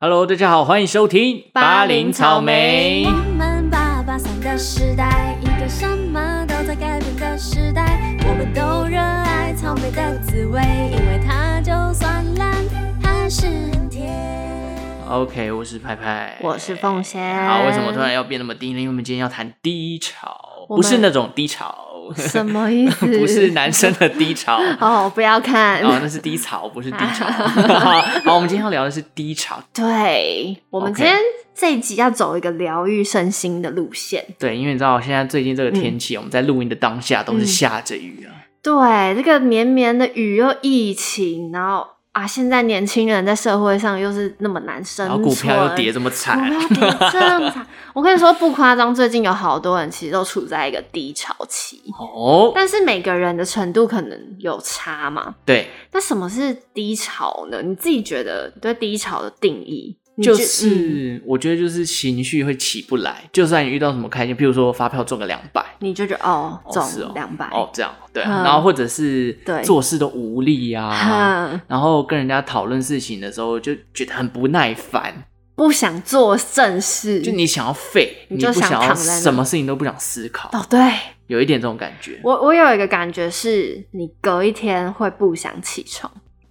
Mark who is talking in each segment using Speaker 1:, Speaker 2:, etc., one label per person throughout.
Speaker 1: Hello，大家好，欢迎收听
Speaker 2: 巴林草莓
Speaker 3: 我们八八三的时代，一个什么都在改变的时代。我们都热爱草莓的滋味，因为它就算烂，还是很甜。
Speaker 1: OK，我是派派，
Speaker 2: 我是凤仙。
Speaker 1: 哎好，为什么突然？要变那么低呢？因为我们今天要谈低潮，
Speaker 2: 我
Speaker 1: 不
Speaker 2: 们
Speaker 1: 是那种低潮，
Speaker 2: 什么意思？
Speaker 1: 不是男生的低 潮。
Speaker 2: 哦，不要看。
Speaker 1: 哦，那是低潮，不是低潮。 好，我们今天要聊的是低潮。
Speaker 2: 对，我们
Speaker 1: OK
Speaker 2: 今天这一集要走一个疗愈身心的路线。
Speaker 1: 对，因为你知道现在最近这个天气，我们在录音的当下都是下着雨啊。
Speaker 2: 对，这个绵绵的雨又疫情，然后啊，现在年轻人在社会上又是那么难生
Speaker 1: 然
Speaker 2: 存，
Speaker 1: 后股票又跌这么惨，
Speaker 2: 股票跌这么惨。我跟你说不夸张，最近有好多人其实都处在一个低潮期，
Speaker 1: 哦，
Speaker 2: 但是每个人的程度可能有差嘛。
Speaker 1: 对，
Speaker 2: 那什么是低潮呢？你自己觉得你对低潮的定义？你觉
Speaker 1: 就
Speaker 2: 嗯
Speaker 1: 是我觉得就是情绪会起不来，就算你遇到什么开心，譬如说发票中个两百，
Speaker 2: 你就觉得哦，
Speaker 1: 哦是哦
Speaker 2: 中两百
Speaker 1: 哦，这样对啊，
Speaker 2: 嗯
Speaker 1: 然后或者是
Speaker 2: 对嗯
Speaker 1: 做事都无力啊，
Speaker 2: 哼
Speaker 1: 然后跟人家讨论事情的时候就觉得很不耐烦，
Speaker 2: 不想做正事，
Speaker 1: 就你想要废，
Speaker 2: 你
Speaker 1: 你
Speaker 2: 就
Speaker 1: 不
Speaker 2: 想
Speaker 1: 想要
Speaker 2: 躺在那
Speaker 1: 什么事情都不想思考，
Speaker 2: 哦，对
Speaker 1: 有一点这种感觉，
Speaker 2: 我我有一个感觉是，你隔一天会不想起床，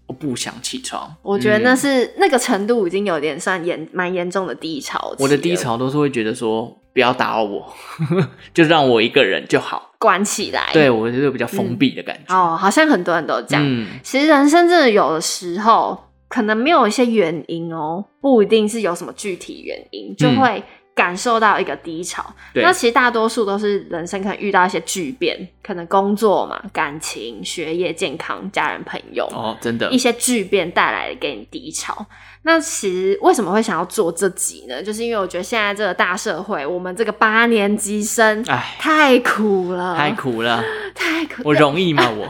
Speaker 1: 我不想起床。
Speaker 2: 我觉得那
Speaker 1: 嗯
Speaker 2: 是、那个程度已经有点算严蛮严重的低潮期了，
Speaker 1: 我的低潮都是会觉得说不要打扰我， 就让我一个人就好。
Speaker 2: 关起来，
Speaker 1: 对我就是比较封闭的感觉。
Speaker 2: 哎嗯哦，好像很多人都这样，
Speaker 1: 嗯，
Speaker 2: 其实人生真的有的时候可能没有一些原因哦，不一定是有什么具体原因，就会感受到一个低潮。
Speaker 1: 嗯对
Speaker 2: 那其实大多数都是人生可能遇到一些巨变，可能工作嘛、感情、学业、健康、家人、朋友。
Speaker 1: 哦，真的
Speaker 2: 一，些巨变带来给你低潮，那其实为什么会想要做这集呢？就是因为我觉得现在这个大社会，我们这个八年级生
Speaker 1: 哎，
Speaker 2: 太苦了，
Speaker 1: 太苦了，
Speaker 2: 嗯太苦，
Speaker 1: 我容易吗？ 我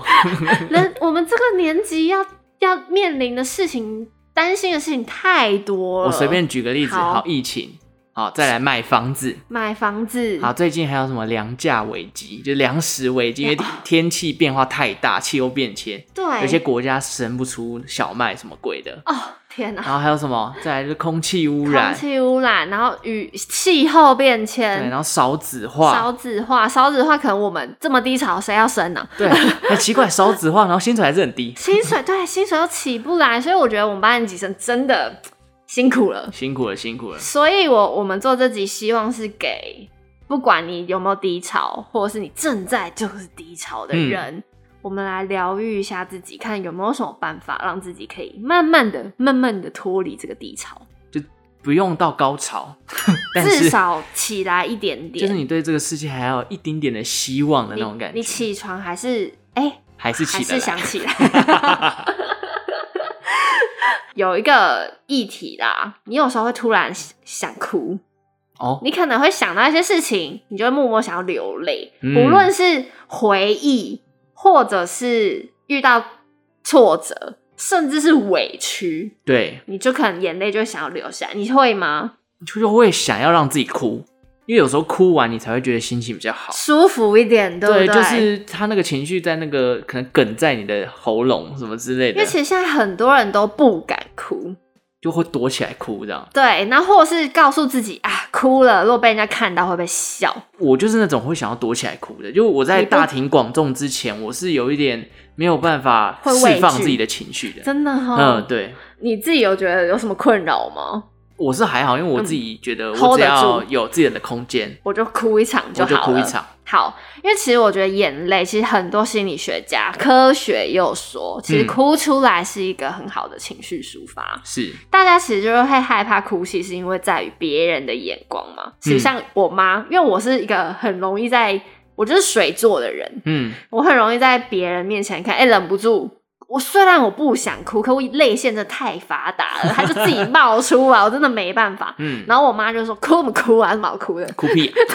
Speaker 2: 人我们这个年纪要要面临的事情、担心的事情太多了。
Speaker 1: 我随便举个例子，
Speaker 2: 好
Speaker 1: 好，疫情，好，再来卖房子。
Speaker 2: 买房子，
Speaker 1: 好，最近还有什么粮价危机，就粮食危机，因为天气变化太大，气候变迁，
Speaker 2: 对，
Speaker 1: 有些国家生不出小麦什么鬼的。
Speaker 2: 哦天哪，
Speaker 1: 然后还有什么？再来就是空气污
Speaker 2: 空
Speaker 1: 染，
Speaker 2: 气污染，然后与气候变
Speaker 1: 对，然
Speaker 2: 迁。
Speaker 1: 后少子化，
Speaker 2: 少子化，少子化，可能我们这么低潮，谁要生呢、
Speaker 1: 对， 很奇怪，少子化，然后薪水还是很低，
Speaker 2: 薪水对薪水又起不来，所以我觉得我们八年级生真的辛苦了。
Speaker 1: 辛苦了，辛苦了。
Speaker 2: 所以我我们做这集，希望是给不管你有没有低潮，或者是你正在就是低潮的人，
Speaker 1: 嗯
Speaker 2: 我们来疗愈一下自己，看有没有什么办法让自己可以慢慢的、慢慢的脱离这个低潮，
Speaker 1: 不用到高潮， 但
Speaker 2: 至
Speaker 1: 是
Speaker 2: 少起来一点
Speaker 1: 就
Speaker 2: 点。
Speaker 1: 是你对这个世界还有一丁点的希望的那种感觉，
Speaker 2: 你起床还是哎、
Speaker 1: 还是起
Speaker 2: 还
Speaker 1: 得
Speaker 2: 是
Speaker 1: 来
Speaker 2: 想。起来。 有一个议题啦，你有时候会突然想哭，
Speaker 1: 哦，
Speaker 2: 你可能会想到一些事情，你就会默默想要流泪，
Speaker 1: 嗯
Speaker 2: 无论是回忆，或者是遇到挫折，甚至是委屈，
Speaker 1: 对，
Speaker 2: 你就可能眼泪就会想要流下来。你会吗？
Speaker 1: 就就会想要让自己哭，因为有时候哭完你才会觉得心情比较好。
Speaker 2: 舒服一点，对不对？
Speaker 1: 哦就是他那个情绪在那个可能梗在你的喉咙什么之类
Speaker 2: 因
Speaker 1: 的，
Speaker 2: 为其实现在很多人都不敢哭，
Speaker 1: 就会躲起来哭这样。
Speaker 2: 对，然后或者是告诉自己啊，哭了，如果被人家看到会被笑，
Speaker 1: 我就是那种会想要躲起来哭的，就我在
Speaker 2: 你不
Speaker 1: 大庭广众之前，我是有一点没有办法
Speaker 2: 会
Speaker 1: 释
Speaker 2: 畏
Speaker 1: 放
Speaker 2: 惧
Speaker 1: 自己的情绪的。
Speaker 2: 真的哈、
Speaker 1: 嗯，对，
Speaker 2: 你自己有觉得有什么困扰吗？
Speaker 1: 我是还好，因为我
Speaker 2: 嗯
Speaker 1: 自己觉得我
Speaker 2: hold
Speaker 1: 只
Speaker 2: 得
Speaker 1: 要
Speaker 2: 住
Speaker 1: 有自己的空间，
Speaker 2: 我嗯就哭一场
Speaker 1: 我
Speaker 2: 好
Speaker 1: 就
Speaker 2: 了。
Speaker 1: 哭一场。
Speaker 2: 好，因为其实我觉得眼泪，其实很多心理学家、科学也有说，其实
Speaker 1: 嗯
Speaker 2: 哭出来是一个很好的情绪抒发。
Speaker 1: 是，
Speaker 2: 大家其实就是会害怕哭泣，是因为在于别人的眼光嘛。其实
Speaker 1: 嗯
Speaker 2: 像我妈，因为我是一个很容易在，我就是水做的人，
Speaker 1: 嗯，
Speaker 2: 我很容易在别人面前看，哎、忍不住。我虽然我不想哭，可我泪腺真的太发达了，它就自己冒出来，我真的没办法。
Speaker 1: 嗯，
Speaker 2: 然后我妈就说：“哭什么哭啊，有什么好哭的？”
Speaker 1: 哭 屁啊、
Speaker 2: 对，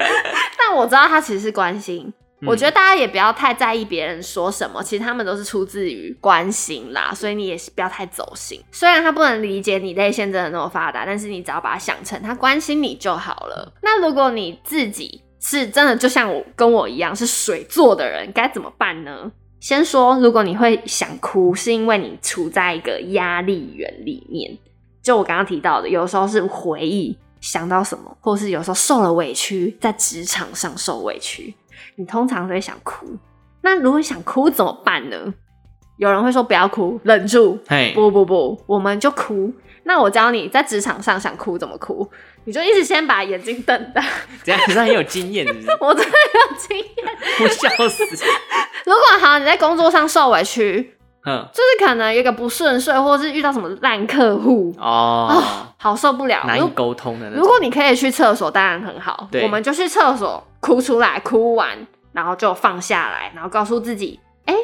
Speaker 2: 但我知道他其实是关心。
Speaker 1: 嗯
Speaker 2: 我觉得大家也不要太在意别人说什么，其实他们都是出自于关心啦，所以你也是不要太走心。虽然他不能理解你泪腺真的那么发达，但是你只要把它想成他关心你就好了。那如果你自己是真的就像我跟我一样是水做的人，该怎么办呢？先说，如果你会想哭，是因为你处在一个压力源里面，就我刚刚提到的，有时候是回忆想到什么，或是有时候受了委屈，在职场上受委屈，你通常都会想哭。那如果想哭怎么办呢？有人会说不要哭，忍住。
Speaker 1: 嘿，
Speaker 2: 不不不，我们就哭。那我教你在职场上想哭怎么哭，你就一直先把眼睛瞪大。
Speaker 1: 这样子很有经验，是不是
Speaker 2: 我真的有经验。
Speaker 1: 我笑死。
Speaker 2: 如果好，你在工作上受委屈，
Speaker 1: 嗯，
Speaker 2: 就是可能有一个不顺遂，或是遇到什么烂客户，
Speaker 1: 哦，
Speaker 2: 好受不了。
Speaker 1: 难以
Speaker 2: 啊如
Speaker 1: 沟通的那种。
Speaker 2: 如果你可以去厕所，当然很好。
Speaker 1: 对
Speaker 2: 我们就去厕所哭出来，哭完然后就放下来，然后告诉自己，哎、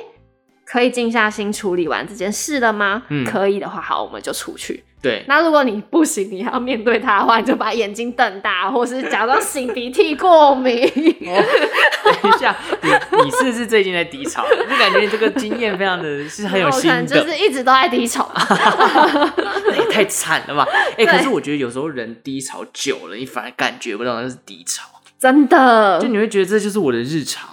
Speaker 2: 可以静下心处理完这件事了吗？
Speaker 1: 嗯
Speaker 2: 可以的话，好，我们就出去。
Speaker 1: 对，
Speaker 2: 那如果你不行，你要面对它的话，你就把眼睛瞪大，或是假装擤鼻涕过敏。
Speaker 1: 等一下，你你是不是最近在低潮？ 就感觉你这个经验非常的是很有
Speaker 2: 我可
Speaker 1: 心
Speaker 2: 能
Speaker 1: 得，
Speaker 2: 就是一直都在 低潮。
Speaker 1: 也太惨 了吧？哎、
Speaker 2: 对
Speaker 1: 可是我觉得有时候人低潮久了，你反而感觉不到那是低潮，
Speaker 2: 真的
Speaker 1: 就，你会觉得这就是我的日常，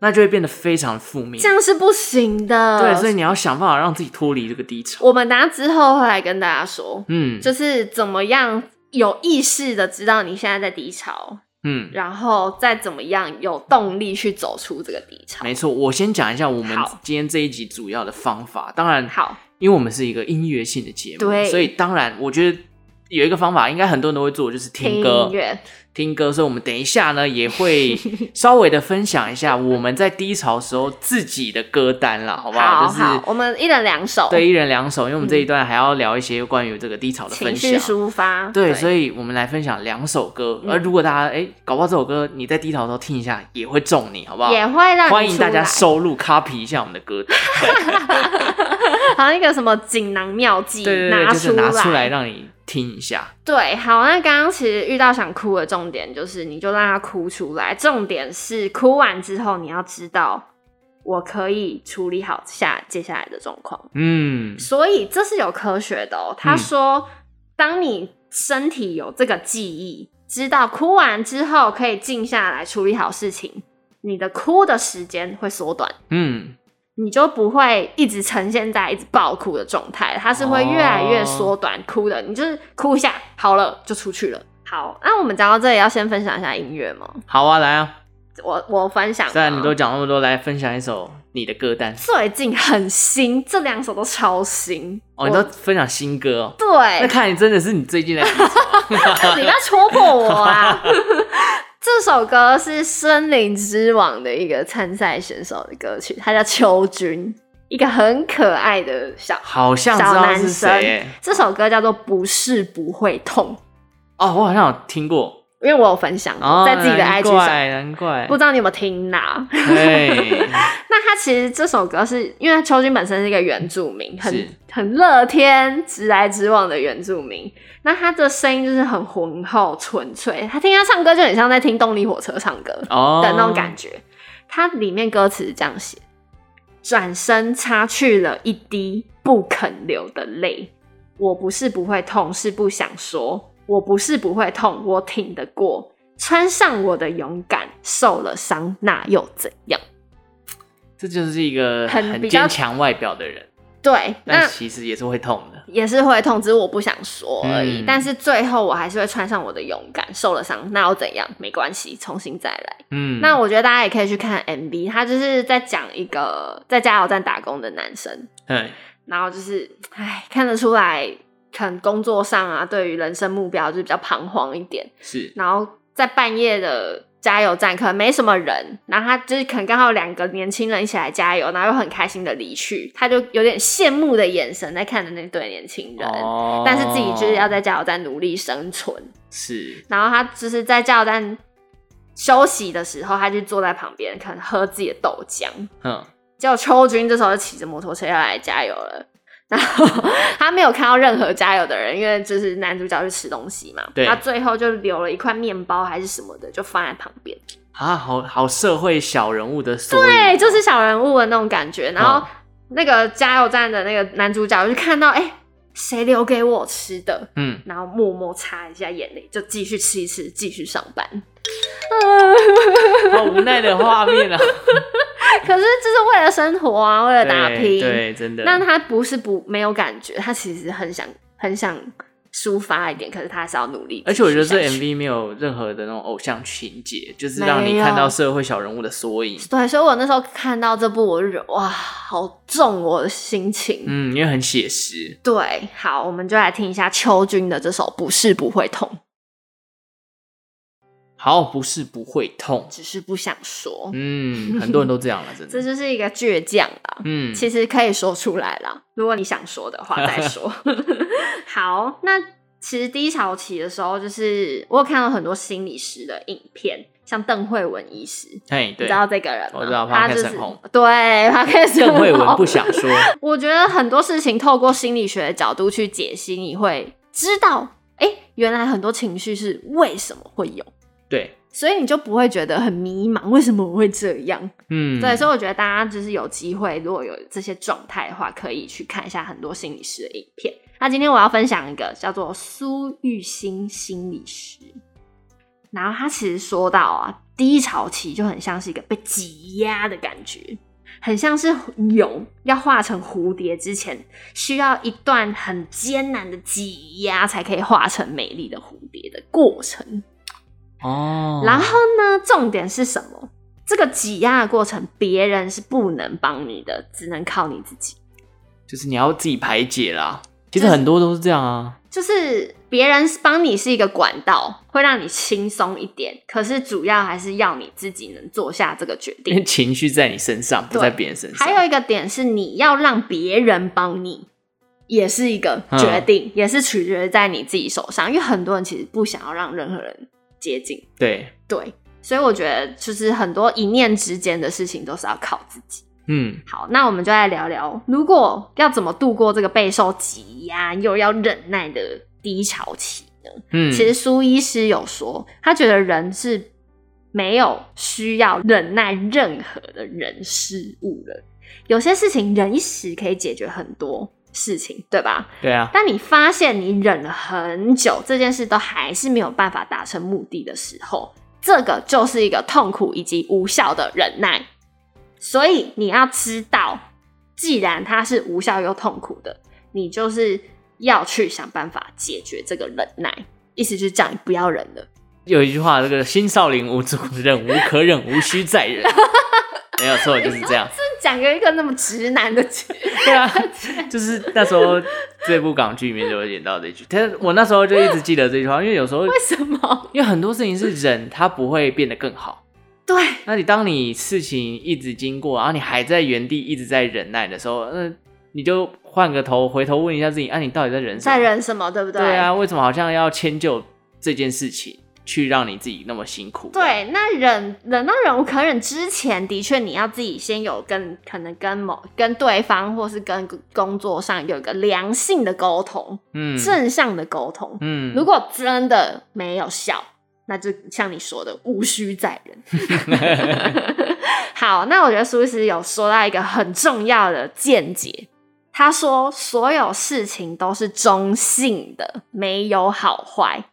Speaker 1: 那就会变得非常负面
Speaker 2: 这。样是不行的。
Speaker 1: 对，所以你要想办法让自己脱离这个低潮。
Speaker 2: 呃我们等下之后会来跟大家说，
Speaker 1: 嗯，
Speaker 2: 就是怎么样有意识的知道你现在在低潮，
Speaker 1: 嗯，
Speaker 2: 然后再怎么样有动力去走出这个低潮。
Speaker 1: 没错。我先讲一下我们
Speaker 2: 好
Speaker 1: 今天这一集主要的方法。当然，
Speaker 2: 好，
Speaker 1: 因为我们是一个音乐性的节目，
Speaker 2: 对
Speaker 1: 所以当然我觉得有一个方法，应该很多人都会做，就是
Speaker 2: 听
Speaker 1: 听歌。
Speaker 2: 音乐，
Speaker 1: 听歌，所以我们等一下呢也会稍微的分享一下我们在低潮时候自己的歌单啦，好不
Speaker 2: 好
Speaker 1: 就是
Speaker 2: 好，我们一人两首，
Speaker 1: 对，一人两首，因为我们这一段还要聊一些关于这个低潮的
Speaker 2: 情
Speaker 1: 分享。
Speaker 2: 绪
Speaker 1: 啊
Speaker 2: 抒发。
Speaker 1: 对，所
Speaker 2: 以
Speaker 1: 以我们来分享两首歌。
Speaker 2: 嗯
Speaker 1: 而如果大家哎、搞不好这首歌你在低潮的时候听一下，也会中你，好不好？
Speaker 2: 也会让你
Speaker 1: 欢迎大家
Speaker 2: 出来
Speaker 1: 收录 copy 一下我们的歌 单，
Speaker 2: 好像一个什么锦囊妙计，
Speaker 1: 对对对， 就是
Speaker 2: 出
Speaker 1: 拿
Speaker 2: 来，
Speaker 1: 出来让你听一下。
Speaker 2: 对，好，那刚刚其实遇到想哭的重点就是，你就让他哭出来。重点是哭完之后，你要知道，我可以处理好下接下来的状况。
Speaker 1: 嗯，
Speaker 2: 所以这是有科学的哦。他说，当你身体有这个记忆，知道哭完之后可以静下来处理好事情，你的哭的时间会缩短。
Speaker 1: 嗯，
Speaker 2: 你就不会一直呈现在一直爆哭的状态，它是会越来越缩短哭的。你就是哭一下好了就出去了。好，那我们讲到这里，要先分享一下音乐吗？
Speaker 1: 好啊，来啊！
Speaker 2: 我我分享吗，
Speaker 1: 虽然你都讲那么多，来分享一首你的歌单
Speaker 2: 最近很新，这两首都超新
Speaker 1: 哦，你都
Speaker 2: 我
Speaker 1: 分享新歌哦。那
Speaker 2: 对，
Speaker 1: 看你真的是你最近在低
Speaker 2: 你不要戳破我啊！ 这首歌是《森林之王》的一个参赛选手的歌曲，他叫秋君，一个很可爱的小。
Speaker 1: 好像知
Speaker 2: 小
Speaker 1: 道
Speaker 2: 男
Speaker 1: 是谁
Speaker 2: 生
Speaker 1: 欸、
Speaker 2: 这首歌叫做《不是不会痛》。
Speaker 1: 哦，我好像有听过，
Speaker 2: 因为我有分享过、
Speaker 1: 哦、
Speaker 2: 在自己的
Speaker 1: 难
Speaker 2: IG 上，
Speaker 1: 怪，难怪，
Speaker 2: 不知道你有没有听啦。
Speaker 1: 对，
Speaker 2: 那他其实这首歌是因为邱君本身是一个原住民，
Speaker 1: 是
Speaker 2: 很很乐天、直来直往的原住民。那他的声音就是很浑厚、纯粹，他听他唱歌就很像在听动力火车唱歌
Speaker 1: 哦
Speaker 2: 的那种感觉。它里面歌词是这样写：转身擦去了一滴不肯流的泪。我不是不会痛，是不想说。我不是不会痛，我挺得过。穿上我的勇敢，受了伤那又怎样？
Speaker 1: 这就是一个
Speaker 2: 很
Speaker 1: 很
Speaker 2: 比较
Speaker 1: 坚强外表的人，
Speaker 2: 对，那
Speaker 1: 但其实也是会痛的。
Speaker 2: 也是会痛，只是我不想说而已。
Speaker 1: 嗯
Speaker 2: 但是最后我还是会穿上我的勇敢，受了伤那又怎样？没关系，重新再来。
Speaker 1: 嗯，
Speaker 2: 那我觉得大家也可以去看 MV，他就是在讲一个在加油站打工的男生，
Speaker 1: 嗯
Speaker 2: 然后就是，唉，看得出来，可能工作上啊，对于人生目标就是比较彷徨一点。
Speaker 1: 是
Speaker 2: 然后在半夜的加油站，可能没什么人，然后他就是可能刚好两个年轻人一起来加油，然后又很开心的离去，他就有点羡慕的眼神在看着那对年轻人。
Speaker 1: 哦
Speaker 2: 但是自己就是要在加油站努力生存，
Speaker 1: 是
Speaker 2: 然后他就是在加油站休息的时候，他就坐在旁边，可能喝自己的豆浆。
Speaker 1: 嗯
Speaker 2: 结果秋君这时候就骑着摩托车啊要来加油了，然后他没有看到任何加油的人，因为就是男主角去吃东西嘛，
Speaker 1: 对
Speaker 2: 他最后就留了一块面包还是什么的，就放在旁边。
Speaker 1: 啊，好好社会小人物的缩影，
Speaker 2: 对，就是小人物的那种感觉。然后那个加油站的那个男主角就看到，哎、谁留给我吃的？
Speaker 1: 嗯，
Speaker 2: 然后默默擦一下眼泪，就继续吃一吃，继续上班。
Speaker 1: 好无奈的画面啊，
Speaker 2: 可是这是为了生活啊，为了打
Speaker 1: 对
Speaker 2: 拼。
Speaker 1: 对，真的，
Speaker 2: 那他不是不没有感觉，他其实很想很想抒发一点，可是他还是要努力。
Speaker 1: 而且我觉得这
Speaker 2: 继续下去
Speaker 1: MV 没有任何的那种偶像情节，就是让你
Speaker 2: 没有
Speaker 1: 看到社会小人物的缩影。
Speaker 2: 对，所以我那时候看到这部，我就觉得哇，好重我的心情。
Speaker 1: 嗯，因为很写实。
Speaker 2: 对，好，我们就来听一下秋君的这首《不是不会痛，
Speaker 1: 好，不是不会痛。
Speaker 2: 只是不想说》，
Speaker 1: 嗯，很多人都这样了，真
Speaker 2: 这
Speaker 1: 的。
Speaker 2: 就是一个倔强啊。
Speaker 1: 嗯，
Speaker 2: 其实可以说出来啦，如果你想说的 话再说。 好，那其实低潮期的时候，就是我有看到很多心理师的影片，像邓慧文医师，
Speaker 1: 嘿，
Speaker 2: 你
Speaker 1: 对
Speaker 2: 知，道这个人吗？
Speaker 1: 我知道
Speaker 2: 他
Speaker 1: podcast
Speaker 2: 就是
Speaker 1: 很红
Speaker 2: 对，他开始
Speaker 1: 邓慧文不想说。
Speaker 2: 我觉得很多事情透过心理学的角度去解析，你会知道，哎、原来很多情绪是为什么会有，
Speaker 1: 对，
Speaker 2: 所以你就不会觉得很迷茫，为什么我会这样？
Speaker 1: 嗯，
Speaker 2: 对，所以我觉得大家就是有机会，如果有这些状态的话，可以去看一下很多心理师的影片。那今天我要分享一个叫做苏玉欣心理师，然后他其实说到啊，低潮期就很像是一个被挤压的感觉，很像是蛹要化成蝴蝶之前，需要一段很艰难的挤压才可以化成美丽的蝴蝶的过程。
Speaker 1: 哦，
Speaker 2: 然后呢，重点是什么？这个挤压的过程，别人是不能帮你的，只能靠你自己。
Speaker 1: 就是你要自己排解啦。其实
Speaker 2: 就是
Speaker 1: 很多都是这样啊。
Speaker 2: 就是别人帮你是一个管道，会让你轻松一点，可是主要还是要你自己能做下这个决
Speaker 1: 因为
Speaker 2: 定。
Speaker 1: 情绪在你身上，不
Speaker 2: 对
Speaker 1: 在别人身上。
Speaker 2: 还有一个点是，你要让别人帮你，也是一个决定，也是取决在你自己手上。因为很多人其实不想要让任何人接近，
Speaker 1: 对，
Speaker 2: 对，所以我觉得就是很多一念之间的事情都是要靠自己。
Speaker 1: 嗯，
Speaker 2: 好，那我们就来聊聊，如果要怎么度过这个备受挤压又要忍耐的低潮期呢？
Speaker 1: 嗯，
Speaker 2: 其实苏医师有说，他觉得人是没有需要忍耐任何的人事物的，有些事情忍一时可以解决很多事情，对吧？
Speaker 1: 对啊，
Speaker 2: 当你发现你忍了很久，这件事都还是没有办法达成目的的时候，这个就是一个痛苦以及无效的忍耐。所以你要知道，既然它是无效又痛苦的，你就是要去想办法解决这个忍耐。意思就是这样，你不要忍了。
Speaker 1: 有一句话，这个新少林无足忍无可忍，无需再忍。 没有错，就是这样。
Speaker 2: 讲了一个那么直男的
Speaker 1: 对啊，就是那时候这部港剧里面就有演到这句，但是我那时候就一直记得这句话，因为有时候
Speaker 2: 为什么？
Speaker 1: 因为很多事情是忍，它不会变得更好。
Speaker 2: 对，
Speaker 1: 那你当你事情一直经过，啊然后你还在原地一直在忍耐的时候，那你就换个头，回头问一下自己，啊，你到底在忍什么？
Speaker 2: 在忍什么？对不对？
Speaker 1: 对啊，为什么好像要迁就这件事情，去让你自己那么辛苦？，
Speaker 2: 对，那忍忍到忍无可忍之前，的确你要自己先有跟可能跟某跟对方或是跟工作上有一个良性的沟通，
Speaker 1: 嗯，
Speaker 2: 正向的沟通。
Speaker 1: 嗯，
Speaker 2: 如果真的没有效，那就像你说的，无需再忍。 好，那我觉得苏医师有说到一个很重要的见解，他说所有事情都是中性的，没有好坏。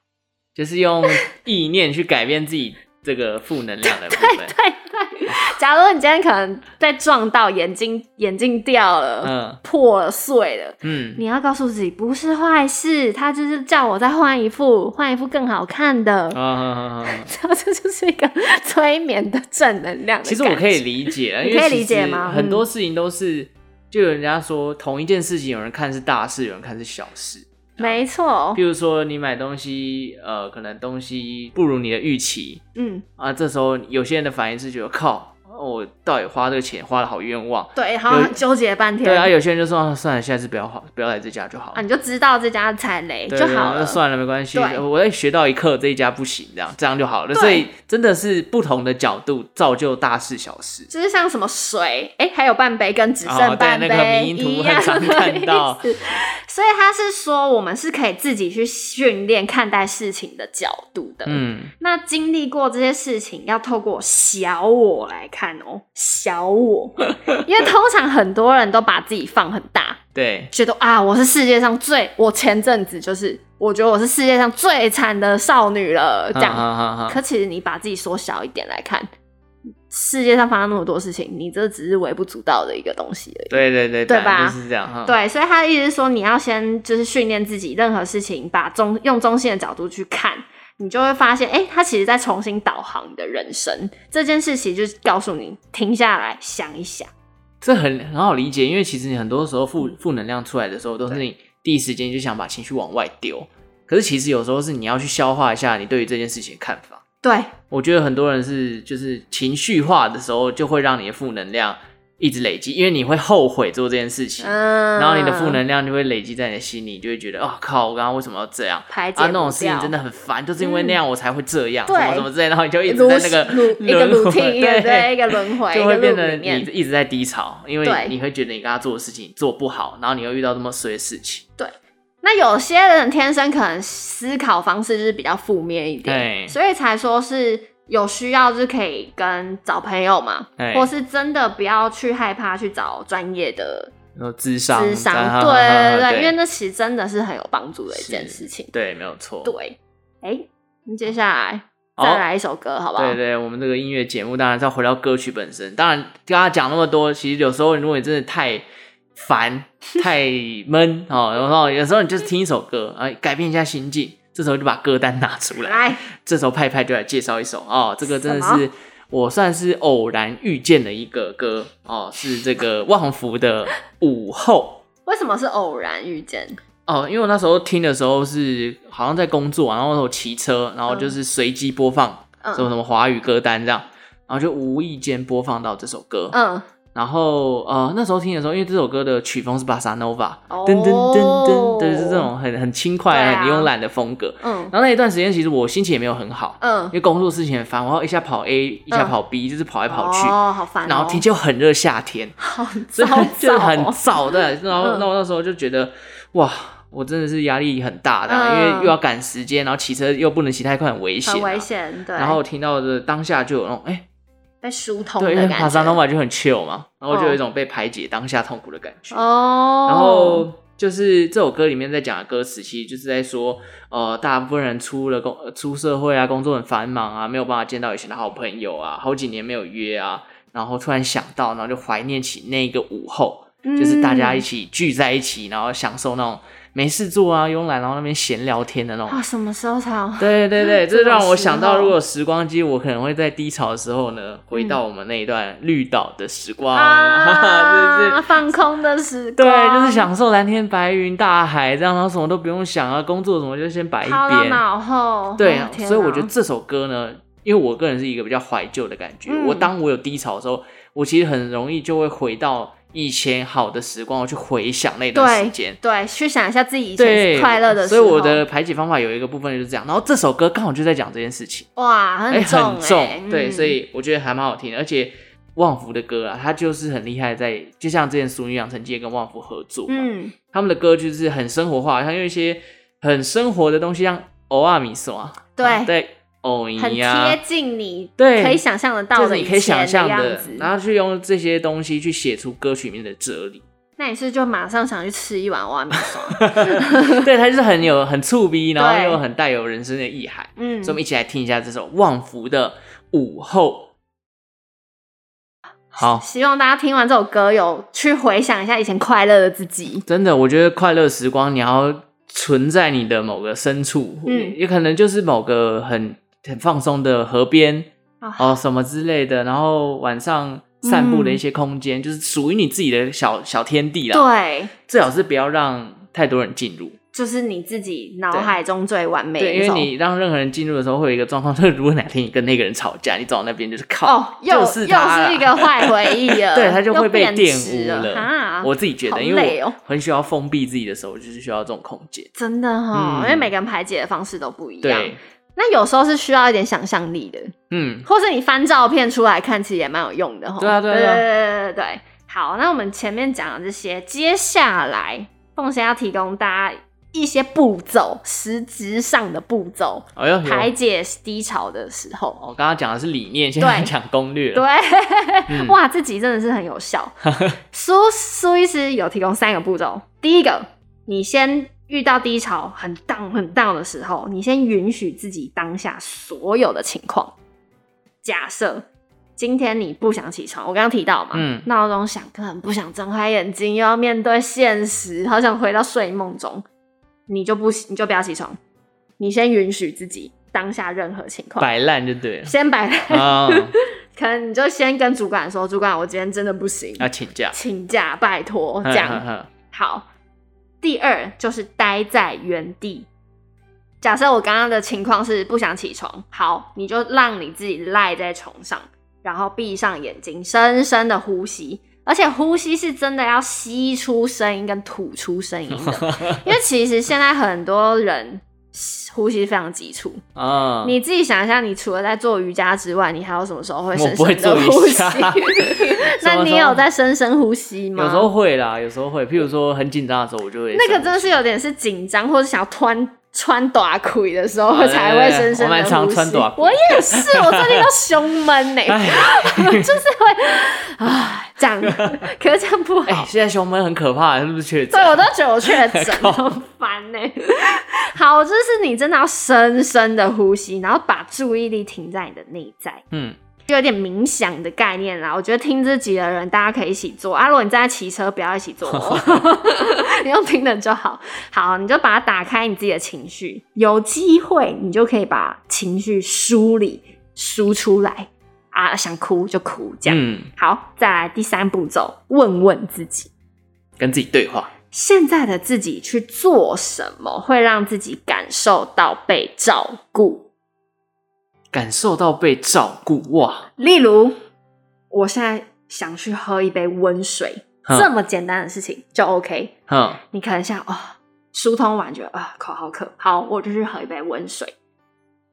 Speaker 1: 就是用意念去改变自己这个负能量的部分。
Speaker 2: 对对，假如你今天可能被撞到，眼睛眼镜掉了，
Speaker 1: 嗯
Speaker 2: 破了碎了，
Speaker 1: 嗯，
Speaker 2: 你要告诉自己不是坏事，他就是叫我再换一副，换一副更好看的。
Speaker 1: 啊啊啊啊啊！
Speaker 2: 然后 这就是一个催眠的正能量的
Speaker 1: 其实我
Speaker 2: 感
Speaker 1: 可以
Speaker 2: 觉
Speaker 1: 理解啊，
Speaker 2: 你
Speaker 1: 因为
Speaker 2: 可以理
Speaker 1: 其
Speaker 2: 解
Speaker 1: 实
Speaker 2: 吗嗯
Speaker 1: 很多事情都是，就有人家说同一件事情，有人看是大事，有人看是小事。
Speaker 2: 没错
Speaker 1: 譬，如说你买东西，呃，可能东西不如你的预期
Speaker 2: 嗯，
Speaker 1: 啊，这时候有些人的反应是觉得靠，哦我到底花这个钱花的好冤枉。
Speaker 2: 对，然后
Speaker 1: 有
Speaker 2: 纠结半天，
Speaker 1: 对啊，有些人就说、啊算了，下次不要花，不要来这家就好
Speaker 2: 啊
Speaker 1: 了。
Speaker 2: 你就知道这家踩雷
Speaker 1: 对
Speaker 2: 就
Speaker 1: 对
Speaker 2: 好
Speaker 1: 那
Speaker 2: 了。
Speaker 1: 算了，没关系。
Speaker 2: 对
Speaker 1: 我也学到一课，这一家不行，这样这样就好了。
Speaker 2: 对
Speaker 1: 所以真的是不同的角度造就大事小事。
Speaker 2: 就是像什么水，哎、还有半杯跟只
Speaker 1: 哦
Speaker 2: 剩
Speaker 1: 对
Speaker 2: 半
Speaker 1: 那
Speaker 2: 杯、
Speaker 1: 个迷因图
Speaker 2: 一
Speaker 1: 很
Speaker 2: 样的
Speaker 1: 常看到
Speaker 2: 意思所以他是说，我们是可以自己去训练看待事情的角度的。，
Speaker 1: 嗯，
Speaker 2: 那经历过这些事情，要透过小我来看哦，小我， 因为通常很多人都把自己放很大，
Speaker 1: 对，
Speaker 2: 觉得啊，我是世界上最……我前阵子就是，我觉得我是世界上最惨的少女了，这样。
Speaker 1: 哈哈哈。
Speaker 2: 可其实你把自己缩小一点来看，世界上发生那么多事情，你这只是微不足道的一个东西而已。
Speaker 1: 对对对，本
Speaker 2: 对
Speaker 1: 来
Speaker 2: 吧
Speaker 1: 就是这样哈。
Speaker 2: 对，所以他的意思是说，你要先就是训练自己，任何事情把中用中性的角度去看，你就会发现，哎、他其实在重新导航你的人生。这件事情就是告诉你，停下来想一想。
Speaker 1: 这很很好理解，因为其实你很多时候
Speaker 2: 嗯
Speaker 1: 负负能量出来的时候，都是你第一时间就想把情绪往外丢。可是其实有时候是你要去消化一下你对于这件事情的看法。
Speaker 2: 对，
Speaker 1: 我觉得很多人是就是情绪化的时候，就会让你的负能量一直累积，因为你会后悔做这件事情，
Speaker 2: 嗯，
Speaker 1: 然后你的负能量就会累积在你的心里，你就会觉得哦靠，我刚刚为什么要这样？
Speaker 2: 排解
Speaker 1: 啊，那
Speaker 2: 不
Speaker 1: 种事情
Speaker 2: 掉嗯
Speaker 1: 真的很烦，就是因为那样我才会这样，
Speaker 2: 对
Speaker 1: 什么什么之类，然后你就一直
Speaker 2: 如
Speaker 1: 在那个
Speaker 2: 一个
Speaker 1: 轮
Speaker 2: routine，一个
Speaker 1: 对
Speaker 2: 对一个轮回，
Speaker 1: 就会变
Speaker 2: 一个
Speaker 1: 得
Speaker 2: loop 里面
Speaker 1: 你一直在低潮，因为
Speaker 2: 对
Speaker 1: 你会觉得你刚刚做的事情做不好，然后你又遇到这么衰的事情。
Speaker 2: 那有些人天生可能思考方式就是比较负面一
Speaker 1: 对
Speaker 2: 点，所以才说是有需要就是可以跟找朋友嘛
Speaker 1: 对，
Speaker 2: 或是真的不要去害怕去找专业的
Speaker 1: 然后哎智商，啊
Speaker 2: 智商，对 对对，因为那其实真的是很有帮助的一件事情。
Speaker 1: 对，没有错。哦
Speaker 2: 对，哎，那接下来
Speaker 1: 好
Speaker 2: 再来一首歌好不好？
Speaker 1: 对对，我们这个音乐节目当然是要回到歌曲本身。当然，跟大家讲那么多，其实有时候如果你真的太烦、太闷哦，然后有时候你就是听一首歌，哎，改变一下心境，这时候就把歌单拿出来。
Speaker 2: 来，
Speaker 1: 这时候派派就来介绍一首哦，这个真的
Speaker 2: 啊什
Speaker 1: 是我算是偶然遇见的一个歌哦，是这个旺福的《午后
Speaker 2: 为什么是偶然遇见？》
Speaker 1: 哦，因为我那时候听的时候是好像在工作，然后我骑车，然后就是随机播放什么
Speaker 2: 嗯
Speaker 1: 什么华语歌单这样，然后就无意间播放到这首歌，
Speaker 2: 嗯，
Speaker 1: 然后呃那时候听的时候，因为这首歌的曲风是巴萨诺瓦，
Speaker 2: 哦
Speaker 1: 噔噔噔噔，对，是这种很很轻快、
Speaker 2: 对啊
Speaker 1: 很慵懒的风格。
Speaker 2: 哦嗯
Speaker 1: 然后那一段时间，其实我心情也没有很好，
Speaker 2: 嗯
Speaker 1: 因，为工作事情很烦，我要一下跑 A，一下跑 B，、就是跑来跑去，
Speaker 2: 哦，好烦哦，
Speaker 1: 然后天气又很热，夏天，
Speaker 2: 好
Speaker 1: 真
Speaker 2: 糟
Speaker 1: 的就
Speaker 2: 糕
Speaker 1: 很
Speaker 2: 哦
Speaker 1: 燥的。然后，
Speaker 2: 嗯
Speaker 1: 那我那时候就觉得，哇，我真的是压力很大的啊、
Speaker 2: 嗯
Speaker 1: 因为又要赶时间，然后骑车又不能骑太快，很危险、
Speaker 2: 很危。险，对。
Speaker 1: 啊然后我听到的当下就有那种，哎、
Speaker 2: 被疏通
Speaker 1: 对，
Speaker 2: 的
Speaker 1: 因为
Speaker 2: 感
Speaker 1: 爬山的
Speaker 2: 觉。
Speaker 1: 话就很 chill 嘛，然后就有
Speaker 2: 哦
Speaker 1: 一种被排解当下痛苦的感觉。
Speaker 2: 哦，
Speaker 1: 然后就是这首歌里面在讲的歌词，其实就是在说，呃，大部分人出了工、呃出社会啊，工作很繁忙啊，没有办法见到以前的好朋友啊，好几年没有约啊，然后突然想到，然后就怀念起那个午后，就是大家一
Speaker 2: 起
Speaker 1: 起聚在一起，然后享受那种没事做啊、慵懒，然后那边闲聊天的那种
Speaker 2: 啊，什么时候才 有？
Speaker 1: 对对对，
Speaker 2: 这
Speaker 1: 这
Speaker 2: 种
Speaker 1: 让我
Speaker 2: 时
Speaker 1: 想到，
Speaker 2: 候
Speaker 1: 如果有时光机，我可能会在低潮的时候呢，回到我们那一段绿岛的时光，哈哈， 就是
Speaker 2: 啊，放空的时
Speaker 1: 对
Speaker 2: 光，，
Speaker 1: 就是享受蓝天白云、大海这样，然后什么都不用想啊，工作什么就先摆一
Speaker 2: 抛到
Speaker 1: 边。
Speaker 2: 脑后。
Speaker 1: 对
Speaker 2: 哦，天
Speaker 1: 所以我觉得
Speaker 2: 哪
Speaker 1: 这首歌呢，因为我个人是一个比较怀旧的感觉，
Speaker 2: 嗯
Speaker 1: 我当我有低潮的时候，我其实很容易就会回到以前好的时光，我去回想那段时间。
Speaker 2: 对，去想一下自己以前
Speaker 1: 对，
Speaker 2: 是快乐的时
Speaker 1: 所
Speaker 2: 候。
Speaker 1: 以我的排解方法有一个部分就是这样，然后这首歌刚好就在讲这件事情。
Speaker 2: 哇，很
Speaker 1: 哎，
Speaker 2: 重
Speaker 1: 很重，
Speaker 2: 哎
Speaker 1: 对，
Speaker 2: 嗯
Speaker 1: 所以我觉得还蛮好听的，而且。旺福的歌啊，他就是很厉害在，就像之前俗女养成记也跟旺福合作嘛，
Speaker 2: 嗯，
Speaker 1: 他们的歌就是很生活化，像用一些很生活的东西，像偶尔米索啊，
Speaker 2: 对
Speaker 1: 对，偶
Speaker 2: 很
Speaker 1: 尼啊
Speaker 2: 贴，近你
Speaker 1: 对
Speaker 2: 可以想象得
Speaker 1: 就
Speaker 2: 到
Speaker 1: 是
Speaker 2: 的
Speaker 1: 你
Speaker 2: 以
Speaker 1: 可以想
Speaker 2: 前
Speaker 1: 象
Speaker 2: 样
Speaker 1: 的
Speaker 2: 子，。
Speaker 1: 然后去用这些东西去写出歌曲里面的哲理。
Speaker 2: 那你是就马上想去吃一碗碗面爽？
Speaker 1: 对，它就是很有很触逼，然后
Speaker 2: 对
Speaker 1: 又很带有人生的意涵。
Speaker 2: 嗯
Speaker 1: 所以我们一起来听一下这首旺福的《午后》。好，
Speaker 2: 希望大家听完这首歌，有去回想一下以前快乐的自己。
Speaker 1: 真的，我觉得快乐时光你要存在你的某个深处，
Speaker 2: 嗯
Speaker 1: 也可能就是某个很很放松的河边
Speaker 2: 啊
Speaker 1: 哦什么之类的，然后晚上散步的一些空间，就是属于你自己的小小天地啦。
Speaker 2: 嗯对，
Speaker 1: 最好是不要让太多人进入，
Speaker 2: 就是你自己脑海中最完美的
Speaker 1: 对，
Speaker 2: 一
Speaker 1: 因为
Speaker 2: 种。
Speaker 1: 你让任何人进入的时候，会有一个状况，就是如果哪天你跟那个人吵架，你走到那边就是靠，
Speaker 2: 哦，又
Speaker 1: 就是
Speaker 2: 又
Speaker 1: 他
Speaker 2: 是一个坏回忆 了，
Speaker 1: 对，他就会被
Speaker 2: 又
Speaker 1: 玷
Speaker 2: 变质
Speaker 1: 污
Speaker 2: 了哈。
Speaker 1: 我自己觉
Speaker 2: 好
Speaker 1: 得，因为
Speaker 2: 累
Speaker 1: 我
Speaker 2: 哦
Speaker 1: 很需要封闭自己的时候，就是需要这种空间。
Speaker 2: 真的哈、
Speaker 1: 嗯
Speaker 2: 因为每个人排解的方式都不一样
Speaker 1: 对。，
Speaker 2: 那有时候是需要一点想象力的，
Speaker 1: 嗯，
Speaker 2: 或是你翻照片出来看，其实也蛮有用的哈。
Speaker 1: 对啊对啊
Speaker 2: 对
Speaker 1: 对啊
Speaker 2: 对对对好，那我们前面讲的这些，接下来凤仙要提供大家一些步骤，实质上的步骤，
Speaker 1: 哎呦，有哦
Speaker 2: 排解低潮的时候。哦
Speaker 1: 我刚刚讲的是理念，现在
Speaker 2: 对
Speaker 1: 讲攻略了。
Speaker 2: 对，
Speaker 1: 嗯
Speaker 2: 哇，这集真的是很 有效。苏苏医师有提供三个步骤，第一个，你先遇到低潮很 down 很 down 的时候，你先允许自己当下所有的情况。假设今天你不想起床，我刚刚提到嘛，
Speaker 1: 嗯
Speaker 2: 闹钟响，根本不想睁开眼睛，又要面对现实，好想回到睡梦中，你就不你就不要起床，你先允许自己当下任何情况，
Speaker 1: 摆烂就对了
Speaker 2: 先摆烂，
Speaker 1: 啊，
Speaker 2: 可能你就先跟主管说，主管我今天真的不行，
Speaker 1: 要请假，
Speaker 2: 请假拜托，这样
Speaker 1: 哼哼哼
Speaker 2: 好，第二就是待在原地。假设我刚刚的情况是不想起床，好，你就让你自己赖在床上，然后闭上眼睛，深深的呼吸，而且呼吸是真的要吸出声音跟吐出声音的，因为其实现在很多人呼吸非常急促，
Speaker 1: 啊，
Speaker 2: 你自己想一下，你除了在做瑜伽之外，你还有什么时候会深
Speaker 1: 我不会
Speaker 2: 深的
Speaker 1: 做
Speaker 2: 呼
Speaker 1: 瑜
Speaker 2: 吸
Speaker 1: 伽？什
Speaker 2: 那
Speaker 1: 么
Speaker 2: 你
Speaker 1: 时候
Speaker 2: 有在深深呼吸吗？
Speaker 1: 有时候会啦，有时候会，譬如说很紧张的时候，我就会
Speaker 2: 那个
Speaker 1: 深
Speaker 2: 真的是有点是紧张或者想要穿穿短裤的时候
Speaker 1: 对
Speaker 2: 才会深
Speaker 1: 哎
Speaker 2: 深
Speaker 1: 我蛮
Speaker 2: 的
Speaker 1: 常
Speaker 2: 呼吸。
Speaker 1: 穿短裤
Speaker 2: 我也是，我最近都胸闷呢、
Speaker 1: 哎
Speaker 2: 就是会啊 这样，可是这样不好。
Speaker 1: 哎，现在胸闷很可怕，是不是确诊
Speaker 2: 对，？我都觉得我确诊
Speaker 1: 靠
Speaker 2: 很烦呢、好，就是你真的要深深的呼吸，然后把注意力停在你的内在。
Speaker 1: 嗯，
Speaker 2: 就有点冥想的概念啦。我觉得听这集的人，大家可以一起做啊。如果你正在骑车，不要一起做哦，你用听的就好。好，你就把它打开你自己的情绪，有机会你就可以把情绪梳理梳出来啊，想哭就哭这样。
Speaker 1: 嗯，
Speaker 2: 好，再来第三步骤，问问自己。
Speaker 1: 跟自己对话，
Speaker 2: 现在的自己去做什么，会让自己感受到被照顾？
Speaker 1: 感受到被照顾哇，
Speaker 2: 例如，我现在想去喝一杯温水，
Speaker 1: 嗯
Speaker 2: 这么简单的事情就 OK。
Speaker 1: 哼，
Speaker 2: 你可能想哦，疏通完觉得啊、口好渴，好，我就去喝一杯温水。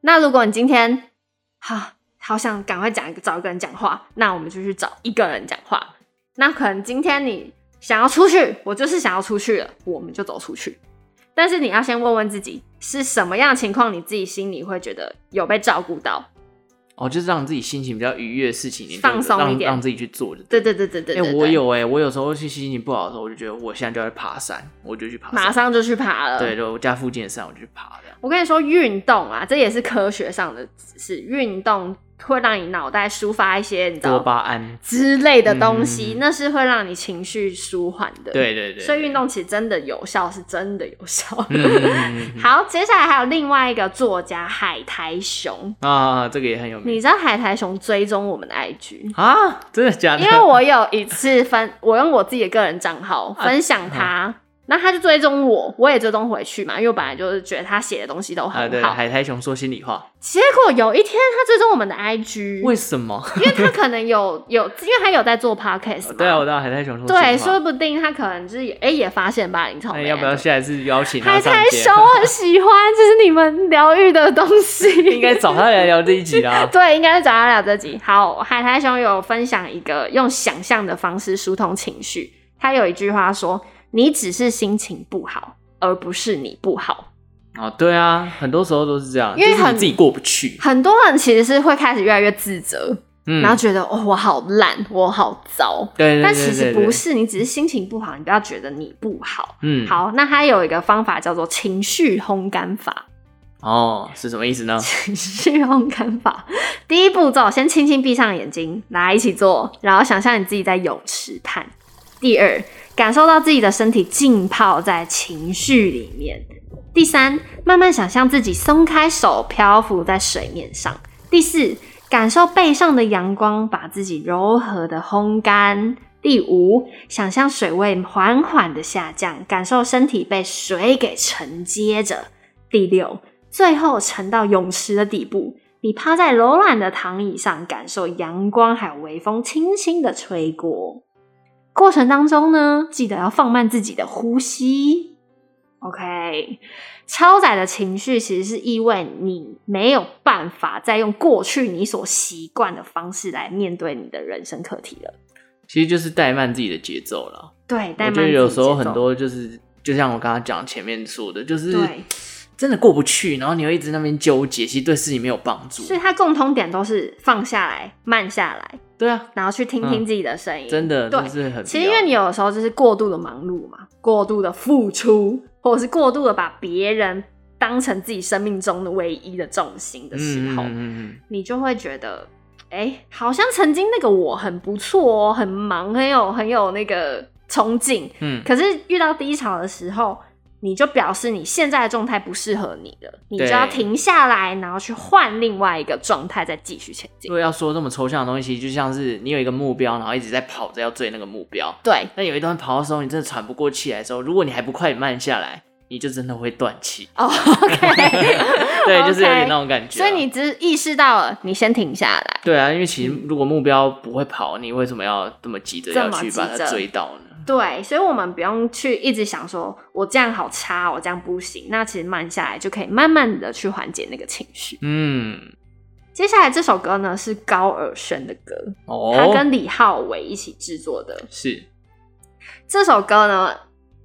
Speaker 2: 那如果你今天哈、好想赶快讲一个找一个人讲话，那我们就去找一个人讲话。那可能今天你想要出去，我就是想要出去了，我们就走出去。但是你要先问问自己，是什么样的情况，你自己心里会觉得有被照顾到？
Speaker 1: 哦，就是让自己心情比较愉悦的事情，你就
Speaker 2: 放松一
Speaker 1: 让
Speaker 2: 点
Speaker 1: 让自己去做就
Speaker 2: 对对对对对
Speaker 1: 哎、
Speaker 2: 对对。
Speaker 1: 我有哎、我有时候是心情不好的时候，我就觉得我现在就要去爬山，我就去爬山。
Speaker 2: 马上就去爬了。
Speaker 1: 对，，就我家附近的山，我就去爬这样。
Speaker 2: 我跟你说，运动啊，这也是科学上的知识，运动会让你脑袋抒发一些你知
Speaker 1: 多
Speaker 2: 道
Speaker 1: 巴胺，
Speaker 2: 之类的东西，
Speaker 1: 嗯
Speaker 2: 那是会让你情绪舒缓的。
Speaker 1: 对对对，
Speaker 2: 所以运动其实真的有效，是真的有效。
Speaker 1: 嗯嗯嗯嗯
Speaker 2: 好，接下来还有另外一个作家海苔熊，
Speaker 1: 嗯啊，这个也很有
Speaker 2: 你
Speaker 1: 名
Speaker 2: 知道海苔熊追踪我们的 IG，
Speaker 1: 啊，真的假的？
Speaker 2: 因为我有一次分，我用我自己的个人账号
Speaker 1: 啊
Speaker 2: 分享他，那他就追踪我，我也追踪回去嘛，因为我本来就是觉得他写的东西都
Speaker 1: 啊，
Speaker 2: 很
Speaker 1: 对，
Speaker 2: 好。
Speaker 1: 海苔熊说心里话，
Speaker 2: 结果有一天他追踪我们的 IG，
Speaker 1: 为什么？
Speaker 2: 因为他可能有有，因为他有在做 podcast，嘛
Speaker 1: 对啊，我知道海苔熊说心里话
Speaker 2: 对，说不定他可能就是也哎、也发现霸凌草
Speaker 1: 那
Speaker 2: 莓
Speaker 1: 你要不要下一次邀请他
Speaker 2: 海
Speaker 1: 上
Speaker 2: 苔
Speaker 1: 节
Speaker 2: 熊，我很喜欢，这是你们疗愈的东西，。
Speaker 1: 应该啊找他来聊这一集啦
Speaker 2: 对，应该是找他聊这集。好，海苔熊有分享一个用想象的方式疏通情绪。他有一句话说：“你只是心情不好，而不是你不好。
Speaker 1: 哦，对啊，很多时候都是这样，
Speaker 2: 因为
Speaker 1: 就是你
Speaker 2: 很
Speaker 1: 自己过不”去，
Speaker 2: 很多人其实是会开始越来越自责，
Speaker 1: 嗯，
Speaker 2: 然后觉得哦，我好烂，我好糟。
Speaker 1: 对对对对，
Speaker 2: 但其实
Speaker 1: 对
Speaker 2: 不，是，你只是心情不好，你不要觉得你不好。
Speaker 1: 嗯，，
Speaker 2: 好，那它有一个方法叫做情绪烘干法。
Speaker 1: 哦，是什么意思呢？
Speaker 2: 情绪烘干法，第一步骤，先轻轻闭上眼睛，来一起做，然后想象你自己在泳池畔。第二，感受到自己的身体浸泡在情绪里面。第三，慢慢想象自己松开手，漂浮在水面上。第四，感受背上的阳光把自己柔和的烘干。第五，想象水位缓缓的下降，感受身体被水给承接着。第六，最后沉到泳池的底部，你趴在柔软的躺椅上，感受阳光还有微风轻轻的吹过。过程当中呢，记得要放慢自己的呼吸。OK，超载的情绪其实是意味你没有办法再用过去你所习惯的方式来面对你的人生课题了。
Speaker 1: 其实就是怠慢自己的节奏了。
Speaker 2: 对，
Speaker 1: 我
Speaker 2: 但
Speaker 1: 觉得有时候很多就是，就像我刚刚讲前面说的，就是
Speaker 2: 对
Speaker 1: 真的过不去，然后你又一直在那边纠结，其实对事情没有帮助。
Speaker 2: 所以它共通点都是放下来、慢下来，
Speaker 1: 对啊，
Speaker 2: 然后去听听自己的声音。
Speaker 1: 真的，
Speaker 2: 对
Speaker 1: 这是很
Speaker 2: 其实因为你有的时候就是过度的忙碌嘛，过度的付出，或者是过度的把别人当成自己生命中的唯一的重心的
Speaker 1: 必要
Speaker 2: 时
Speaker 1: 嗯
Speaker 2: 候，
Speaker 1: 嗯嗯嗯
Speaker 2: 你就会觉得哎、好像曾经那个我很不错哦，很忙，很有很有那个冲劲，
Speaker 1: 嗯，
Speaker 2: 可是遇到低潮的时候，你就表示你现在的状态不适合你了，你就
Speaker 1: 对
Speaker 2: 要停下来，然后去换另外一个状态再继续前进
Speaker 1: 如。果要说这么抽象的东西，其实就像是你有一个目标，然后一直在跑着要追那个目标，
Speaker 2: 对，
Speaker 1: 但有一段跑的时候，你真的喘不过气来的时候，如果你还不快点慢下来，你就真的会断气。
Speaker 2: 哦、o k
Speaker 1: 对， 就是有点那种感觉啊、
Speaker 2: 所以你只意识到了，你先停下来。
Speaker 1: 对啊，因为其实如果目标不会跑，你为什么要这么急着
Speaker 2: 这么
Speaker 1: 要去把它
Speaker 2: 急着
Speaker 1: 追到呢？
Speaker 2: 对，所以我们不用去一直想说我这样好差，我这样不行。那其实慢下来就可以慢慢的去缓解那个情绪。
Speaker 1: 嗯，
Speaker 2: 接下来这首歌呢是高尔宣的歌，他
Speaker 1: 哦，
Speaker 2: 跟李浩伟一起制作的。
Speaker 1: 是
Speaker 2: 这首歌 呢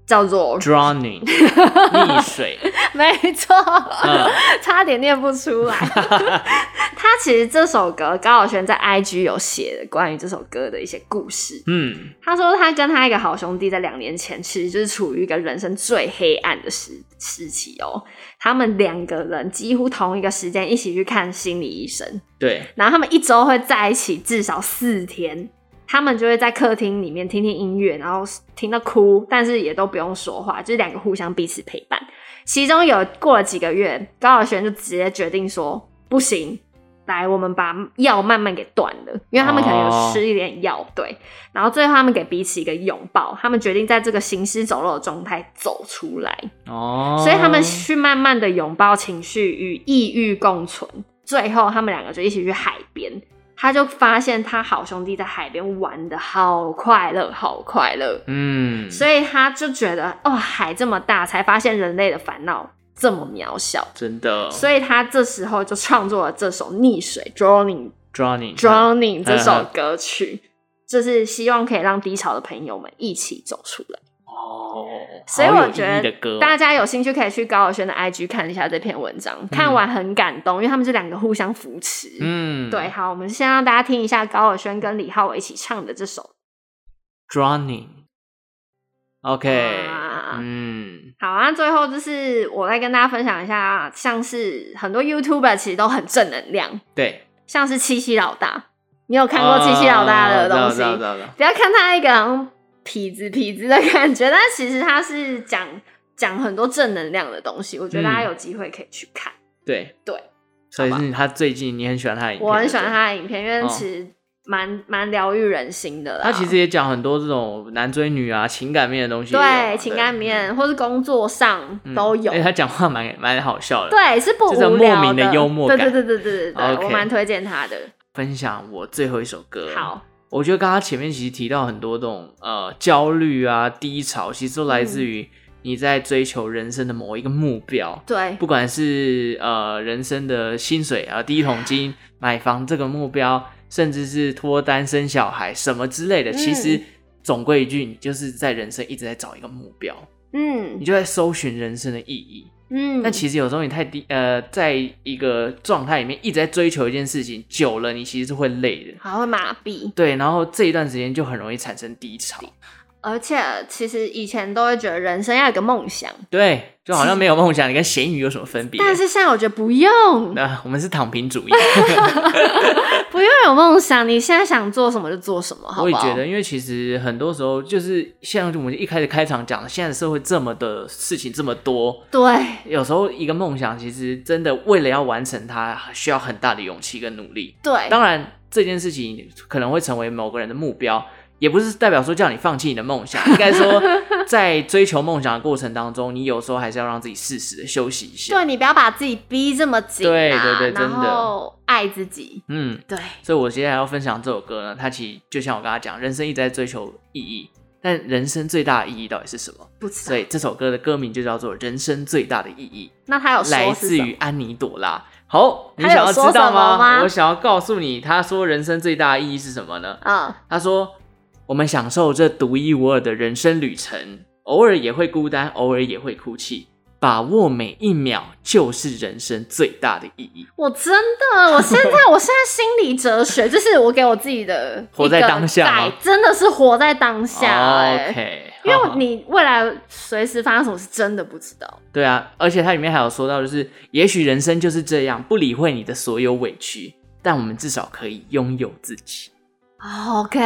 Speaker 2: 叫做
Speaker 1: drowning 溺水，
Speaker 2: 没错，
Speaker 1: 嗯
Speaker 2: 差点念不出来。 他其实这首歌，高晓轩在 IG 有写关于这首歌的一些故事。
Speaker 1: 嗯，
Speaker 2: 他说他跟他一个好兄弟在两年前，其实就是处于一个人生最黑暗的时时期哦。他们两个人几乎同一个时间一起去看心理医生，
Speaker 1: 对，
Speaker 2: 然后他们一周会在一起至少四天。他们就会在客厅里面听听音乐，然后听到哭，但是也都不用说话，就是两个互相彼此陪伴。其中有过了几个月，高晓轩就直接决定说不行，来我们把药慢慢给断了，因为他们可能有吃一点药，对。然后最后他们给彼此一个拥抱，他们决定在这个行尸走肉的状态走出来，
Speaker 1: 哦，
Speaker 2: 所以他们去慢慢的拥抱情绪与抑郁共存。最后他们两个就一起去海边。他就发现他好兄弟在海边玩的好快乐，好快乐。
Speaker 1: 嗯，
Speaker 2: 所以他就觉得，哦，海这么大，才发现人类的烦恼这么渺小。
Speaker 1: 真的，
Speaker 2: 所以他这时候就创作了这首《溺水
Speaker 1: 嗯
Speaker 2: （Drowning）》
Speaker 1: drowning 嗯
Speaker 2: Drowning 这首歌曲，就是希望可以让低潮的朋友们一起走出来。
Speaker 1: 哦，
Speaker 2: 所以
Speaker 1: 好有
Speaker 2: 我觉
Speaker 1: 意义的歌
Speaker 2: 得
Speaker 1: 哦
Speaker 2: 大家有兴趣可以去高晓轩的 IG 看一下这篇文章，看完很感动，因为他们是两个互相扶持。
Speaker 1: 嗯，
Speaker 2: 对，好，我们先让大家听一下高晓轩跟李浩伟一起唱的这首。
Speaker 1: ，drowning。OK，
Speaker 2: 哇
Speaker 1: 嗯，
Speaker 2: 好啊，那最后就是我再跟大家分享一下，像是很多 YouTuber 其实都很正能量，
Speaker 1: 对，
Speaker 2: 像是七七老大，你有看过七七老大的东西？
Speaker 1: 啊知道知道知道
Speaker 2: 不要看他一个好像痞子痞子的感觉，但其实他是讲讲很多正能量的东西，我觉得大家
Speaker 1: 嗯
Speaker 2: 有机会可以去看。
Speaker 1: 对
Speaker 2: 对，
Speaker 1: 所以
Speaker 2: 好吧
Speaker 1: 是他最近你很喜欢他的影片，
Speaker 2: 我很喜
Speaker 1: 对
Speaker 2: 欢
Speaker 1: 不对
Speaker 2: 他的影片，因为
Speaker 1: 哦
Speaker 2: 其实蛮蛮疗愈人心的啦。
Speaker 1: 他其实也讲很多这种男追女啊、情感面的东西也有啊，
Speaker 2: 对情感面或是工作上
Speaker 1: 嗯
Speaker 2: 都有。
Speaker 1: 而且他讲话蛮蛮好笑的，，
Speaker 2: 对，是不
Speaker 1: 这种
Speaker 2: 无聊
Speaker 1: 莫名的幽默
Speaker 2: 对
Speaker 1: 感
Speaker 2: 对对对对对对，
Speaker 1: OK
Speaker 2: 我蛮推荐他的。
Speaker 1: 分享我最后一首歌。
Speaker 2: 好，
Speaker 1: 我觉得刚刚前面其实提到很多这种呃焦虑啊、低潮，其实都来
Speaker 2: 嗯
Speaker 1: 自于你在追求人生的某一个目标，
Speaker 2: 对
Speaker 1: 不管是呃人生的薪水啊、第一桶金、买房这个目标，甚至是脱单、生小孩什么之类的，其实
Speaker 2: 嗯
Speaker 1: 总归一句，你就是在人生一直在找一个目标，
Speaker 2: 嗯
Speaker 1: 你就在搜寻人生的意义。
Speaker 2: 嗯，
Speaker 1: 但其实有时候你太低，呃，在一个状态里面一直在追求一件事情，久了你其实是会累的。
Speaker 2: 还会麻痹，
Speaker 1: 对，然后这一段时间就很容易产生低潮，
Speaker 2: 而且其实以前都会觉得人生要有个梦想，
Speaker 1: 对，就好像没有梦想，你跟咸鱼有什么分别？
Speaker 2: 但是现在我觉得不用，
Speaker 1: 那我们是躺平主义，
Speaker 2: 不用有梦想，你现在想做什么就做什 么，好
Speaker 1: 我
Speaker 2: 不
Speaker 1: 也
Speaker 2: 好？
Speaker 1: 觉得，因为其实很多时候就是像我们一开始开场讲的，现在社会这么的事情这么多，
Speaker 2: 对，
Speaker 1: 有时候一个梦想其实真的为了要完成它，需要很大的勇气跟努力。
Speaker 2: 对，
Speaker 1: 当然，这件事情可能会成为某个人的目标，也不是代表说叫你放弃你的梦想，应该 说在追求梦想的过程当中，你有时候还是要让自己适时的休息一下。
Speaker 2: 对你不要把自己逼这么紧、啊，
Speaker 1: 对对对真的
Speaker 2: 然后爱自己，
Speaker 1: 嗯，
Speaker 2: 对，
Speaker 1: 所以我接下来要分享这首歌呢，它其实就像我刚刚讲，人生一直在追求意义，但人生最大的意义到底是什么？
Speaker 2: 不知
Speaker 1: 所
Speaker 2: 道。
Speaker 1: 以这首歌的歌名就叫做《人生最大的意义》。
Speaker 2: 那他有
Speaker 1: 来
Speaker 2: 说是
Speaker 1: 自
Speaker 2: 什么？
Speaker 1: 于安妮朵拉。好，你
Speaker 2: 他
Speaker 1: 想
Speaker 2: 有
Speaker 1: 要知
Speaker 2: 说什
Speaker 1: 道
Speaker 2: 么吗
Speaker 1: 我想要告诉你，他说人生最大的意义是什么呢？
Speaker 2: 嗯，
Speaker 1: 他说：“我们享受这独一无二的人生旅程，偶尔也会孤单，偶尔也会哭泣，把握每一秒就是人生最大的意义。
Speaker 2: 我真的，我现 在我现在心理哲学就是我给我自己的
Speaker 1: 活在
Speaker 2: 一个
Speaker 1: 当下吗哦
Speaker 2: 在真的是活在当下、哎
Speaker 1: OK，
Speaker 2: 因
Speaker 1: 好
Speaker 2: 为
Speaker 1: 好
Speaker 2: 你未来随时发生什么是真的不知 道。
Speaker 1: 对啊，而且它里面还有说到，就是也许人生就是这样，不理会你的所有委屈，但我们至少可以拥有自己。
Speaker 2: 哦 OK，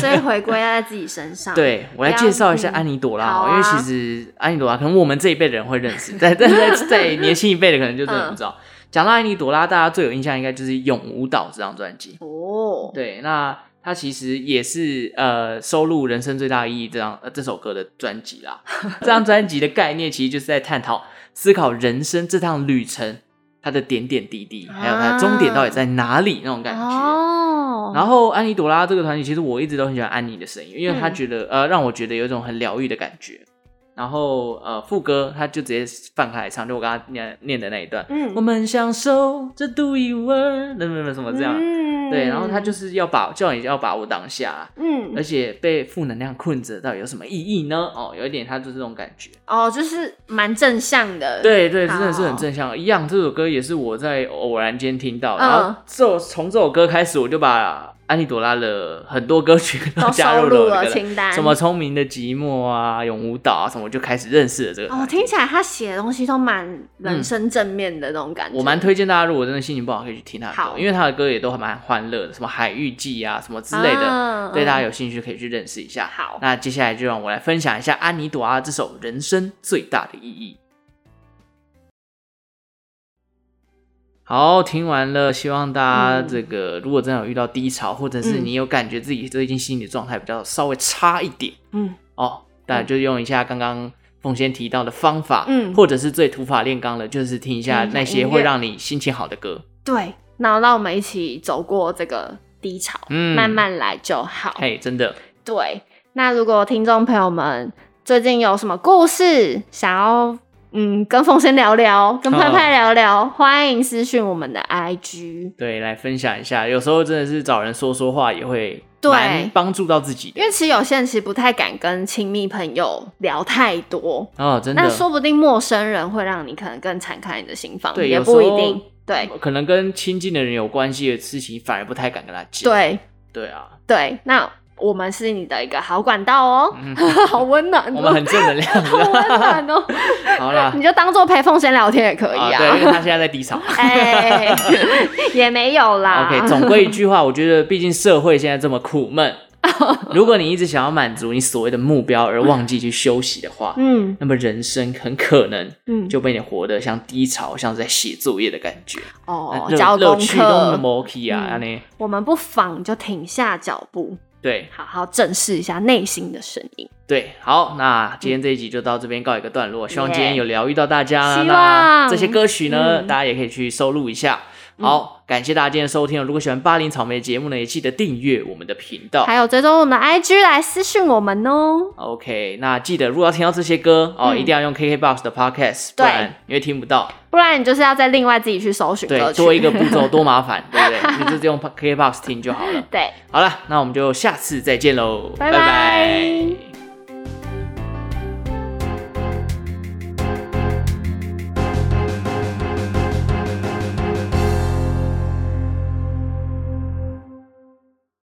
Speaker 2: 所以回归要在自己身上。，
Speaker 1: 对我来
Speaker 2: 啊了
Speaker 1: 介绍一下
Speaker 2: 解
Speaker 1: 安妮朵拉
Speaker 2: 好
Speaker 1: 好，
Speaker 2: 啊
Speaker 1: 因为其实安妮朵拉可能我们这一辈的人会认识，但 但在在年轻一辈的可能就真的不知
Speaker 2: 嗯
Speaker 1: 道。讲到安妮朵拉，大家最有印象应该就是《勇舞蹈》这张专辑。
Speaker 2: 哦，
Speaker 1: 对，那它其实也是呃收录《人生最大的意义》这张、呃、这首歌的专辑啦。这张专辑的概念其实就是在探讨思考人生这趟旅程它的点点滴滴，还有它的终点到底在哪里那种感觉。
Speaker 2: 啊哦，
Speaker 1: 然后安妮朵拉这个团体，其实我一直都很喜欢安妮的声音，因
Speaker 2: 嗯
Speaker 1: 为她觉得、呃，让我觉得有一种很疗愈的感觉。然后呃，副歌她就直接放开来唱，就我刚刚念念的那一段，
Speaker 2: 嗯
Speaker 1: 我们享受这独一无二，那那那什么这样，
Speaker 2: 嗯
Speaker 1: 对。然后她就是呃要把叫你要把握当下，
Speaker 2: 嗯
Speaker 1: 而且被负能量困着，到底有什么意义呢？哦，有一点她就是这种感觉。
Speaker 2: 哦，就是蛮正向的。，
Speaker 1: 对对，
Speaker 2: 好
Speaker 1: 真的是很正向。一样，这首歌也是我在偶然间听到，然
Speaker 2: 嗯
Speaker 1: 后这首从这首歌开始，我就把安妮朵拉的很多歌曲
Speaker 2: 都
Speaker 1: 加
Speaker 2: 收
Speaker 1: 入了
Speaker 2: 录
Speaker 1: 我的
Speaker 2: 了
Speaker 1: 歌单
Speaker 2: 清单。
Speaker 1: 什么《聪明的寂寞》啊，《永舞蹈》啊，什么，我就开始认识了这个
Speaker 2: 哦，
Speaker 1: 团体。
Speaker 2: 听起来他写的东西都蛮人生正面的那种感
Speaker 1: 嗯
Speaker 2: 觉。
Speaker 1: 我蛮推荐大家，如果真的心情不好，可以去听他的
Speaker 2: 好
Speaker 1: 歌，因为他的歌也都还蛮欢乐的，什么《海域记》啊，什么之类的。
Speaker 2: 啊
Speaker 1: 对大家
Speaker 2: 嗯
Speaker 1: 有兴趣可以去认识一下。
Speaker 2: 好
Speaker 1: 那接下来就让我来分享一下安妮朵拉这首《人生最大的意义》。好，听完了，希望大家
Speaker 2: 嗯
Speaker 1: 这个、如果真的有遇到低潮，或者是你有感觉自己最近心理状态比较稍微差一点
Speaker 2: 嗯
Speaker 1: 哦，大家就用一下刚刚凤仙提到的方法，
Speaker 2: 嗯
Speaker 1: 或者是最土法炼钢的，就是听一下
Speaker 2: 听一下
Speaker 1: 那些
Speaker 2: 音乐
Speaker 1: 会让你心情好的歌。
Speaker 2: 对，然后让我们一起走过这个低潮，
Speaker 1: 嗯
Speaker 2: 慢慢来就好。
Speaker 1: 嘿，真的，
Speaker 2: 对，那如果听众朋友们最近有什么故事想要嗯跟凤仙聊聊，跟
Speaker 1: 哦
Speaker 2: 派派聊聊，欢迎私讯我们的 IG。
Speaker 1: 对，来分享一下，有时候真的是找人说说话也会
Speaker 2: 对
Speaker 1: 蛮帮助到自己的
Speaker 2: 因。为其实有些人其实不太敢跟亲密朋友聊太多，
Speaker 1: 哦，真的，
Speaker 2: 那说不定陌生人会让你可能更敞开你的心房，
Speaker 1: 对
Speaker 2: 也
Speaker 1: 有时
Speaker 2: 不
Speaker 1: 候嗯
Speaker 2: 一定。对
Speaker 1: 可能跟亲近的人有关系的事情，反而不太敢跟他讲。
Speaker 2: 对
Speaker 1: 对啊，
Speaker 2: 对，那我们是你的一个好管道哦，
Speaker 1: 嗯
Speaker 2: 好温暖哦，
Speaker 1: 我们很正能量
Speaker 2: 好 温
Speaker 1: 的。
Speaker 2: 暖哦，
Speaker 1: 好啦
Speaker 2: 你，就当做陪凤仙聊天也可以
Speaker 1: 啊，对，因为他现在在低潮。
Speaker 2: 哎， 也没有啦。
Speaker 1: OK，总归一句话，我觉得毕竟社会现在这么苦闷， 如果你一直想要满足你所谓的目标而忘记去休息的话，
Speaker 2: 嗯
Speaker 1: 那么人生很可能
Speaker 2: 嗯，
Speaker 1: 就被你活得像低潮，像是在写作业的感觉，
Speaker 2: 哦，
Speaker 1: 呃乐
Speaker 2: 交
Speaker 1: 乐
Speaker 2: 功
Speaker 1: 趣都
Speaker 2: 课，嗯
Speaker 1: 没去啊，安尼
Speaker 2: 我们不妨就停下脚步，
Speaker 1: 对。
Speaker 2: 好好正视一下内心的声音。
Speaker 1: 对，好，那今天这一集就到这边告一个段落，希望今天有疗愈到大家。
Speaker 2: 嗯希望
Speaker 1: 那这些歌曲呢，
Speaker 2: 嗯
Speaker 1: 大家也可以去收录一下。好，感谢大家今天的收听哦。如果喜欢巴黎草莓的节目呢，也记得订阅我们的频道
Speaker 2: 还。有追踪我们的 IG 来私讯我们哦。
Speaker 1: OK，那记得如果要听到这些歌哦，
Speaker 2: 嗯
Speaker 1: 一定要用 KKBOX 的 Podcast，不
Speaker 2: 对
Speaker 1: 然因为听不到。
Speaker 2: 不然你就是要再另外自己去搜寻歌
Speaker 1: 对，
Speaker 2: 曲，
Speaker 1: 多一个步骤多麻烦，对不对？你就用 KKBOX 听就好了。
Speaker 2: 对。
Speaker 1: 好了，那我们就下次再见喽，
Speaker 2: 拜拜
Speaker 1: 拜